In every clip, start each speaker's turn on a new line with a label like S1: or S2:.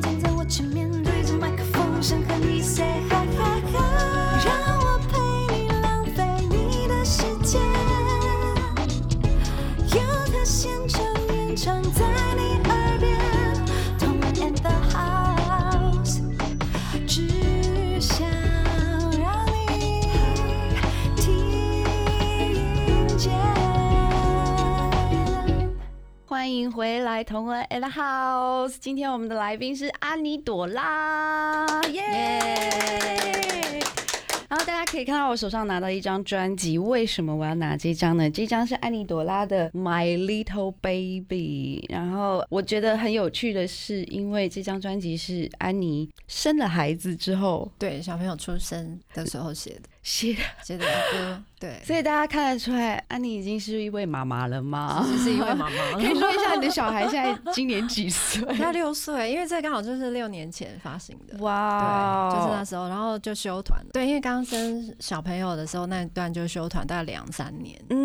S1: 站在我前面，对着麦克风，想和你 say hi hi hi，让我陪你浪费你的时间。有他现场演唱在你耳边，同我 and the house，只想让你听见。
S2: 欢迎回来，同恩 at the house。今天我们的来宾是安妮朵拉，耶、然后大家可以看到我手上拿到一张专辑，为什么我要拿这张呢？这张是安妮朵拉的《My Little Baby》。然后我觉得很有趣的是，因为这张专辑是安妮生了孩子之后
S3: 对，小朋友出生的时候写的，
S2: 写的，
S3: 写的歌，对，
S2: 所以大家看得出来，安妮已经是一位妈妈了吗？
S3: 只是因为妈妈
S2: 哦可以 说一下你的小孩现在今年几岁？
S3: 他六岁，因为这刚好就是六年前发行的。
S2: 哇
S3: 对，就是那
S2: 哦
S3: 时候，然后就休团了。对，因为刚生小朋友的时候那一段就休团，大概两三年，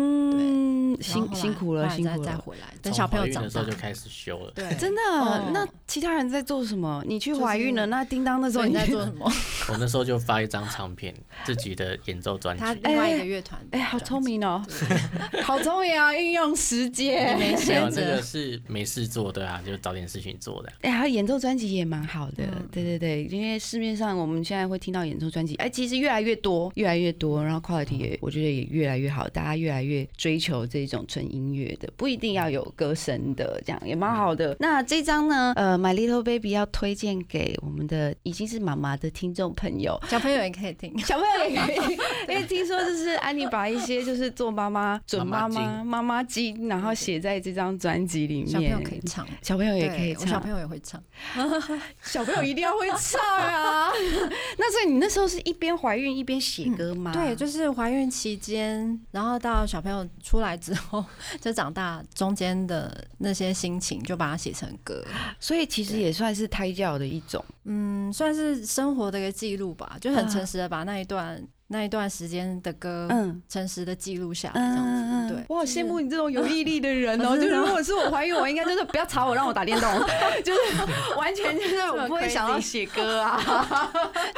S2: 嗯，
S3: 然后
S2: 辛
S3: 后来
S2: 辛苦了，
S3: 后来
S2: 辛苦
S3: 再再
S2: 了。
S3: 回来，等小朋友
S4: 从
S3: 长
S4: 怀孕的时
S3: 大
S4: 候就开始修了。
S3: 对，
S2: 真的？
S3: 嗯
S2: 那其他人在做什么？你去
S3: 就是
S2: 怀孕了，那叮当那时
S3: 所
S2: 候
S3: 以你
S2: 你
S3: 在
S2: 去
S3: 做什么？
S4: 我那时候就发一张唱片，自己的演奏专
S3: 他
S4: 辑。
S3: 另外一个乐团，
S2: 哎，好聪，明哦， 好聪明啊，运用时 间。
S3: 没
S4: 没有
S3: 闲
S4: 那个
S3: 着，
S4: 是没事做的啊，就找点事情做的。
S2: 哎，他演奏专辑也蛮好的，
S3: 嗯
S2: 对对对，因为市面上我们现在会听到演奏专辑，哎，其实越来越多，越来越多，然后
S3: 嗯
S2: quality 也我觉得也越来越好，大家越来越追求这种纯音乐的，不一定要有歌声的，这样也蛮好
S3: 嗯
S2: 的。那这张呢，呃，My Little Baby 要推荐给我们的已经是妈妈的听众朋友，
S3: 小朋友也可以听。
S2: 小朋友也可 以，因为听说就是安妮把一些就是做妈妈、准妈妈、妈妈经，然后写在这张专辑里面。
S3: 小朋友可以，唱，
S2: 小朋友也
S3: 对
S2: 可以
S3: 我小
S2: 唱
S3: 朋，友也会唱。
S2: 小朋友一定要会唱啊！ 那所以你那时候是一边怀孕一边写歌吗？
S3: 对，就是怀孕期间，然后到小朋友出来之后， 就长大中间的那些心情，就把它写成歌。
S2: 所以其实也算是胎教的一种。
S3: 嗯，算是生活的一个记录吧，就很诚实的把那一段、那一段时间的歌，
S2: 嗯
S3: 诚实的记录下来，这样
S2: 嗯，
S3: 子。对，
S2: 我好羡慕你这种有毅力的人哦！
S3: 我
S2: 就
S3: 知道
S2: 如果是 我怀孕，我应该就是不要吵我，让我打电 动，就是完全就是我不会想到写歌啊。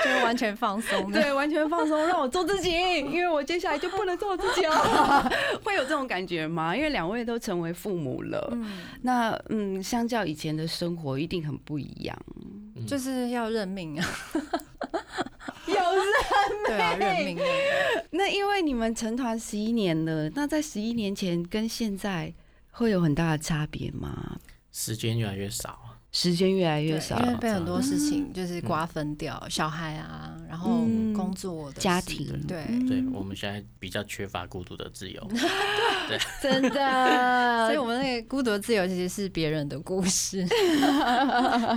S3: 就是完全放 松的。
S2: 对，完全放松，让我做自己，因为我接下来就不能做我自己了。 会有这种感觉吗？因为两位都成为父母了，那嗯，相较以前的生活一定很不一样。
S3: 就是要认命 啊，
S2: 有是
S3: 对啊，认命啊。
S2: 那因为你们成团十一年了，那在十一年前跟现在会有很大的差别吗？
S4: 时间越来越少啊，
S2: 时间越来
S3: 对
S2: 越少
S3: 因，为被很多事情就是瓜分掉，小孩啊，然后
S2: 嗯
S3: 工作的事
S2: 家庭
S3: 对，
S4: 对我们现在比较缺乏孤独的自 由。
S2: 真的
S3: 所以 我们那个孤独的自由其实是别人的故事，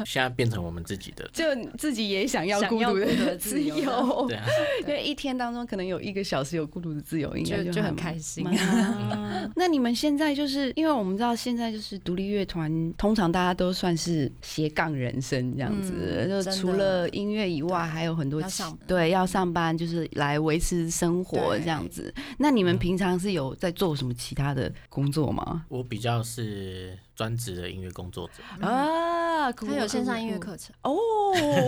S4: 现在变成我们自己的。
S2: 就自己也想要
S3: 想
S2: 孤
S3: 要
S2: 独
S3: 孤独
S2: 的
S3: 的
S2: 自
S3: 自由
S2: 由
S4: 对，啊，
S2: 因为一天当中可能有一个小时有孤独的自 由，应该
S3: 就就
S2: 还蛮
S3: 很开心。
S2: 啊 那你们现在就是因为我们知道现在就是独立乐团，通常大家都算是斜杠人生这样子，
S3: 嗯
S2: 就
S3: 真的
S2: 除了音乐以外，还有很多
S3: 要上班
S2: 对要上班，就是来维持生活
S3: 对
S2: 这样子。那你们平常是有在做什么其他的工作吗？
S4: 我比较是专职的音乐工作者，
S2: 啊，
S3: 嗯他有线上音乐课程，
S2: 哦，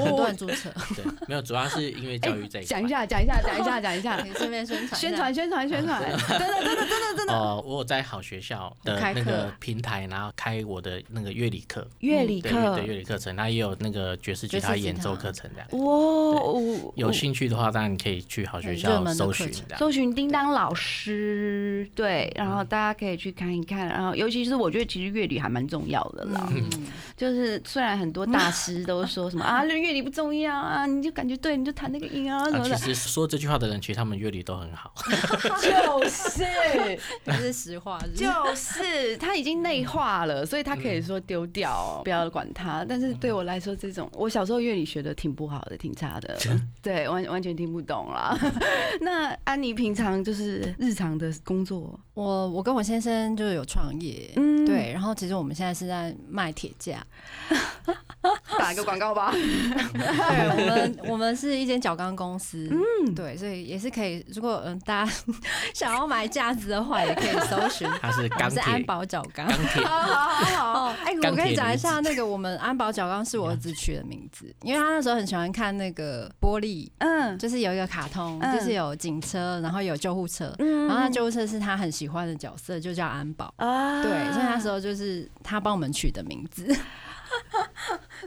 S3: 很多人注册，
S4: 对，没有，主要是音乐教育
S3: 哎
S4: 这一块
S2: 讲一。下，讲一下，讲一下，讲一下
S3: 可以，顺便 宣传一下
S2: 宣传，宣传，宣 传，真的，真的，真的，真的，
S4: 哦，我有在好学校的
S3: 开
S4: 那个
S3: 课
S4: 平台，然后开我的那个乐理课，
S2: 乐理
S4: 对
S2: 课
S4: 对，乐理课程，那也有那个爵士吉他
S3: 爵士吉他
S4: 演奏课程这样。
S2: 哇，
S4: 有兴趣的话，当然你可以去好学
S3: 很热
S4: 校
S3: 门的
S4: 搜
S3: 课
S4: 寻
S3: 程
S4: 这样。嗯
S2: 搜寻叮当老师，对，然后大家可以去看一看，然后尤其是我觉得其实乐理还蛮重要的啦，
S3: 嗯，
S2: 就是虽然很多大师都说 什么啊，乐理不重要啊，你就感觉对，你就弹那个音啊什
S4: 啊，
S2: 么
S4: 其
S2: 的，
S4: 实说这句话的人，其实他们乐理都很好。
S2: 就是
S3: 这是实话，是不是
S2: 就是他已经内化了，所以他可以说丢掉，不要管他。但是对我来说，这种我小时候乐理学的挺不好的，挺差的， 对，完完全听不懂啦。 那安妮平常就是日常的工作，
S3: 我我跟我先生就有创业。
S2: 嗯，
S3: 对，然后其实我们现在是在卖铁架，
S2: 打个广告吧。
S3: 对，我 们我们是一间角钢公司，嗯，对，所以也是可以，如果嗯大家 想要买架子的话，也可以搜寻，
S4: 他是
S3: 我
S4: 钢
S3: 们是
S4: 铁，
S3: 安保角钢。
S4: 钢 铁
S2: 好好好好，
S3: 哦，哎、
S4: 钢
S3: 我跟
S4: 铁
S3: 你讲一
S4: 女子
S3: 下，那个我们安保角钢是我儿子取的名字，因为他那时候很喜欢看那个玻璃，
S2: 嗯
S3: 就是有一个卡通，
S2: 嗯
S3: 就是有警车，然后有救护车，
S2: 嗯
S3: 然后那救护车是他很喜欢的角色，就叫安保。
S2: 啊，
S3: 对，所以那时候就是他帮我们取的名字。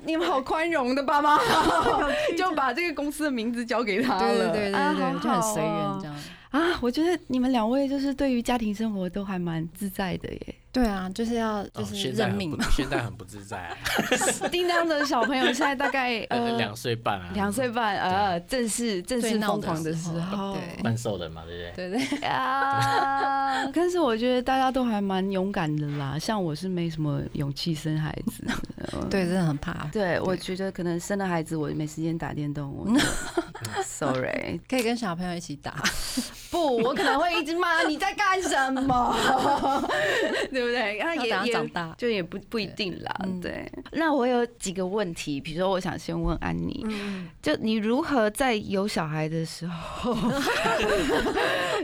S2: 你们好宽容的 爸妈，就把这个公司的名字交给他了，
S3: 对对对对
S2: 啊
S3: 对，就很随缘这。
S2: 好
S3: 样。
S2: 好哦啊，我觉得你们两位就是对于家庭生活都还蛮自在的 耶。
S3: 对啊，就是要就
S4: 哦，
S3: 是
S4: 现在
S3: 认
S4: 很
S3: 命
S4: 不
S3: 嘛。
S4: 现在很不 自在啊，
S2: 叮当的小朋友现在大概
S4: 呃
S2: 呃
S4: 两岁半啊，
S2: 两岁半，呃，正是正
S3: 最
S2: 是
S3: 闹
S2: 疯
S3: 的
S2: 狂的
S3: 时
S2: 时候，
S3: 候对
S4: 半兽人嘛，对不对？
S3: 对 对，
S2: 啊！但是我觉得大家都还蛮勇敢的啦，像我是没什么勇气生孩子的。
S3: 对，真的很怕。
S2: 对，我觉得可能生了孩子，我没时间打电动。 我 Sorry，
S3: 可以跟小朋友一起打，
S2: 不，我可能会一直骂你在干什 么，对不对？然后
S3: 要
S2: 也
S3: 等他
S2: 也
S3: 长大
S2: 就也不不一定啦。
S3: 嗯
S2: 对，那我有几个问题，比如说我想先问安妮，就你如何在有小孩的时 候，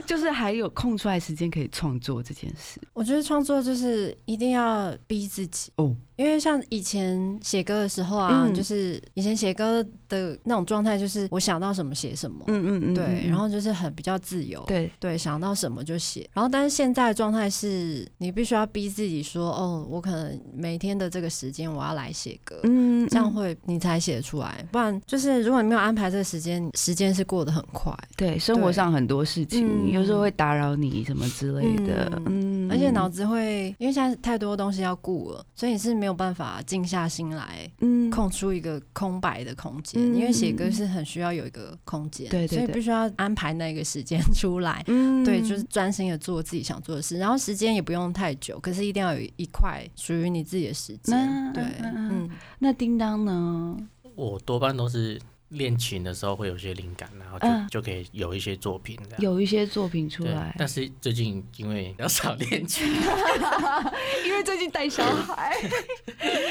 S2: 就是还有空出来时间可以创作这件事？
S3: 我觉得创作就是一定要逼自己
S2: 哦
S3: 因为像以前写歌的时候啊，
S2: 嗯
S3: 就是以前写歌的那种状态，就是我想到什么写什么，
S2: 嗯嗯嗯，
S3: 对，
S2: 嗯
S3: 然后就是很比较自由，
S2: 对，
S3: 对，想到什么就写。然后，但是现在的状态是你必须要逼自己说，哦，我可能每天的这个时间我要来写歌。
S2: 嗯，
S3: 这样会你才写得出来，不然就是如果你没有安排这个时间，时间是过得很快，
S2: 对生活
S3: 对
S2: 上很多事情，
S3: 嗯
S2: 有时候会打扰你什么之类的，嗯，
S3: 而且脑子会因为现在太多东西要顾了，所以你是没有办法静下心来
S2: 嗯
S3: 空出一个空白的空间，
S2: 嗯
S3: 因为写歌是很需要有一个空间，
S2: 对对
S3: 所以
S2: 对
S3: 必须要安排那个时间 出来。
S2: 嗯
S3: 对，就是专心的做自己想做的事，然后时间也不用太久，可是一定要有一块属于你自己的时
S2: 嗯
S3: 间。对，
S2: 嗯
S3: 嗯，
S2: 那叮当呢？
S4: 我多半都是练琴的时候会有些灵感，啊然后就、
S2: 嗯
S4: 就可以有一些作品这样。
S2: 有一些作品出
S4: 对
S2: 来，
S4: 但是最近因为比较少练琴，
S2: 因为最近带小孩，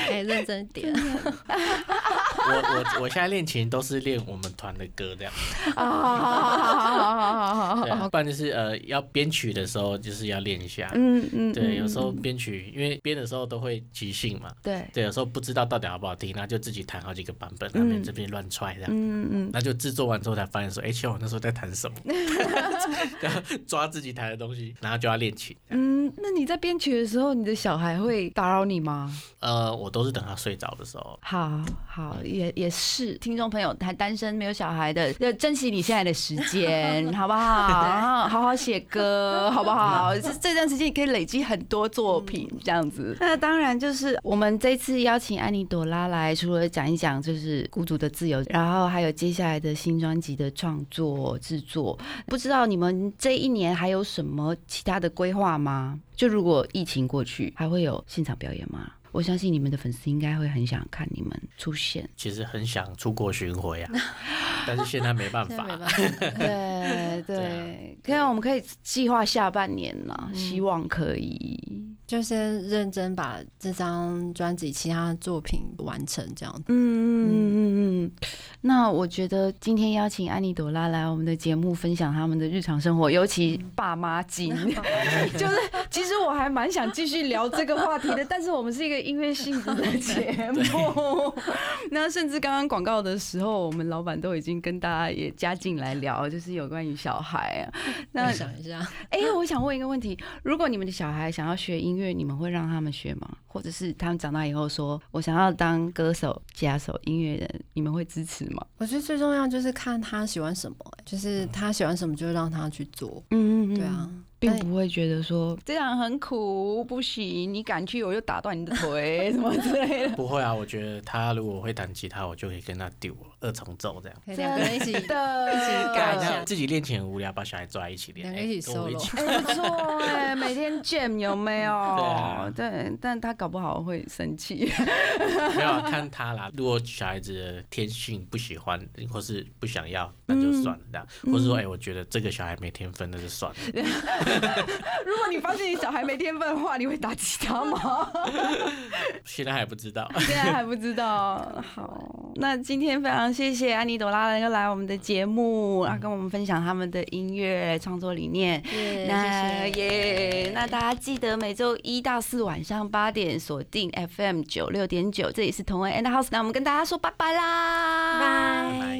S3: 哎，认真点。
S4: 我我我现在练琴都是练我们团的歌这 样，
S2: 好啊好好好好好好好，
S4: 对啊，不然就是呃要编曲的时候就是要练一下，
S2: 嗯嗯，
S4: 对，有时候编曲因为编的时候都会即兴嘛，
S2: 对，
S4: 对，有时候不知道到底好不好听，那就自己弹好几个版本，那边这边乱踹这样。
S2: 嗯嗯，
S4: 那就制作完之后才发现说，哎、其实我那时候在弹 什么， 然后抓自己弹的东西，然后就要练琴。
S2: 嗯，那你在编曲的时候，你的小孩会打扰你吗？
S4: 呃，我都是等他睡着的时候。
S2: 好好，也也是，听众朋友，他单身没有小孩的，要珍惜你现在的时 间，好不好？然后好好写歌，好不 好？这这段时间你可以累积很多作品，这样子。嗯那当然就是我们这次邀请安妮朵拉来，除了讲一讲就是《孤独的自由》，然后还有接下来的新专辑的创作制作，不知道你们这一年还有什么其他的规划吗？就如果疫情过去，还会有现场表演吗？我相信你们的粉丝应该会很想看你们出现。
S4: 其实很想出国巡回啊，但是现在没办
S3: 现在没。
S4: 法
S3: 办法，
S2: 对啊对，可以，我们可以计划下半年啦，希望可以。
S3: 就先认真把这张专辑其他作品完成，这样。
S2: 嗯嗯嗯嗯，那我觉得今天邀请安妮朵拉来我们的节目分享他们的日常生活，尤其爸妈经， 就是其实我还蛮想继续聊这个话题的，但是我们是一个音乐性质的节目， 那甚至刚刚广告的时候，我们老板都已经跟大家也加进来聊，就是有关于小孩啊，那
S3: 那想一下，
S2: 哎、我想问一个问题：如果你们的小孩想要学音乐，你们会让他们学吗？或者是他们长大以后说我想要当歌手、吉他手、音乐人，你们会支持吗？
S3: 我觉得最重要就是看他喜欢什么、就是他喜欢什么就让他去做。
S2: 嗯嗯嗯
S3: 对啊，，
S2: 并
S3: 对
S2: 不会觉得说这样很苦，不行，你敢去我就打断你的腿什么之类 的。
S4: 不会啊，我觉得他如果会弹吉他，我就可以跟他丢二重奏这样。
S3: 可以哎两个人一起
S2: 真的
S3: 一起
S2: 啊
S3: 尬一
S4: 那
S3: 下
S4: 自己练琴很无聊，把小孩抓在一起练，
S3: 两个一起
S4: 哎跟我
S3: solo
S4: 起。
S2: 哎，不错哎，每天见有没有
S4: 啊？
S2: 对，但他搞不好会生气。
S4: 没有啊看他啦。如果小孩子的天性不喜欢或是不想要，那就算了这样。或是说，哎、我觉得这个小孩没天分，那就算了。
S2: 如果你发现你小孩没天分的话，你会打击他吗？
S4: 现在还不知道。
S2: 现啊 在还不知道。好，那今天非常谢谢安妮朵拉能够来我们的节目，然后跟我们分享他们的音乐创作理念。
S3: 耶
S2: 那
S3: 谢谢
S2: 耶那大家记得每周一到四晚上八点锁定 FM 九六点九，这里是同文 And House。那我们跟大家说拜拜啦，
S3: 拜。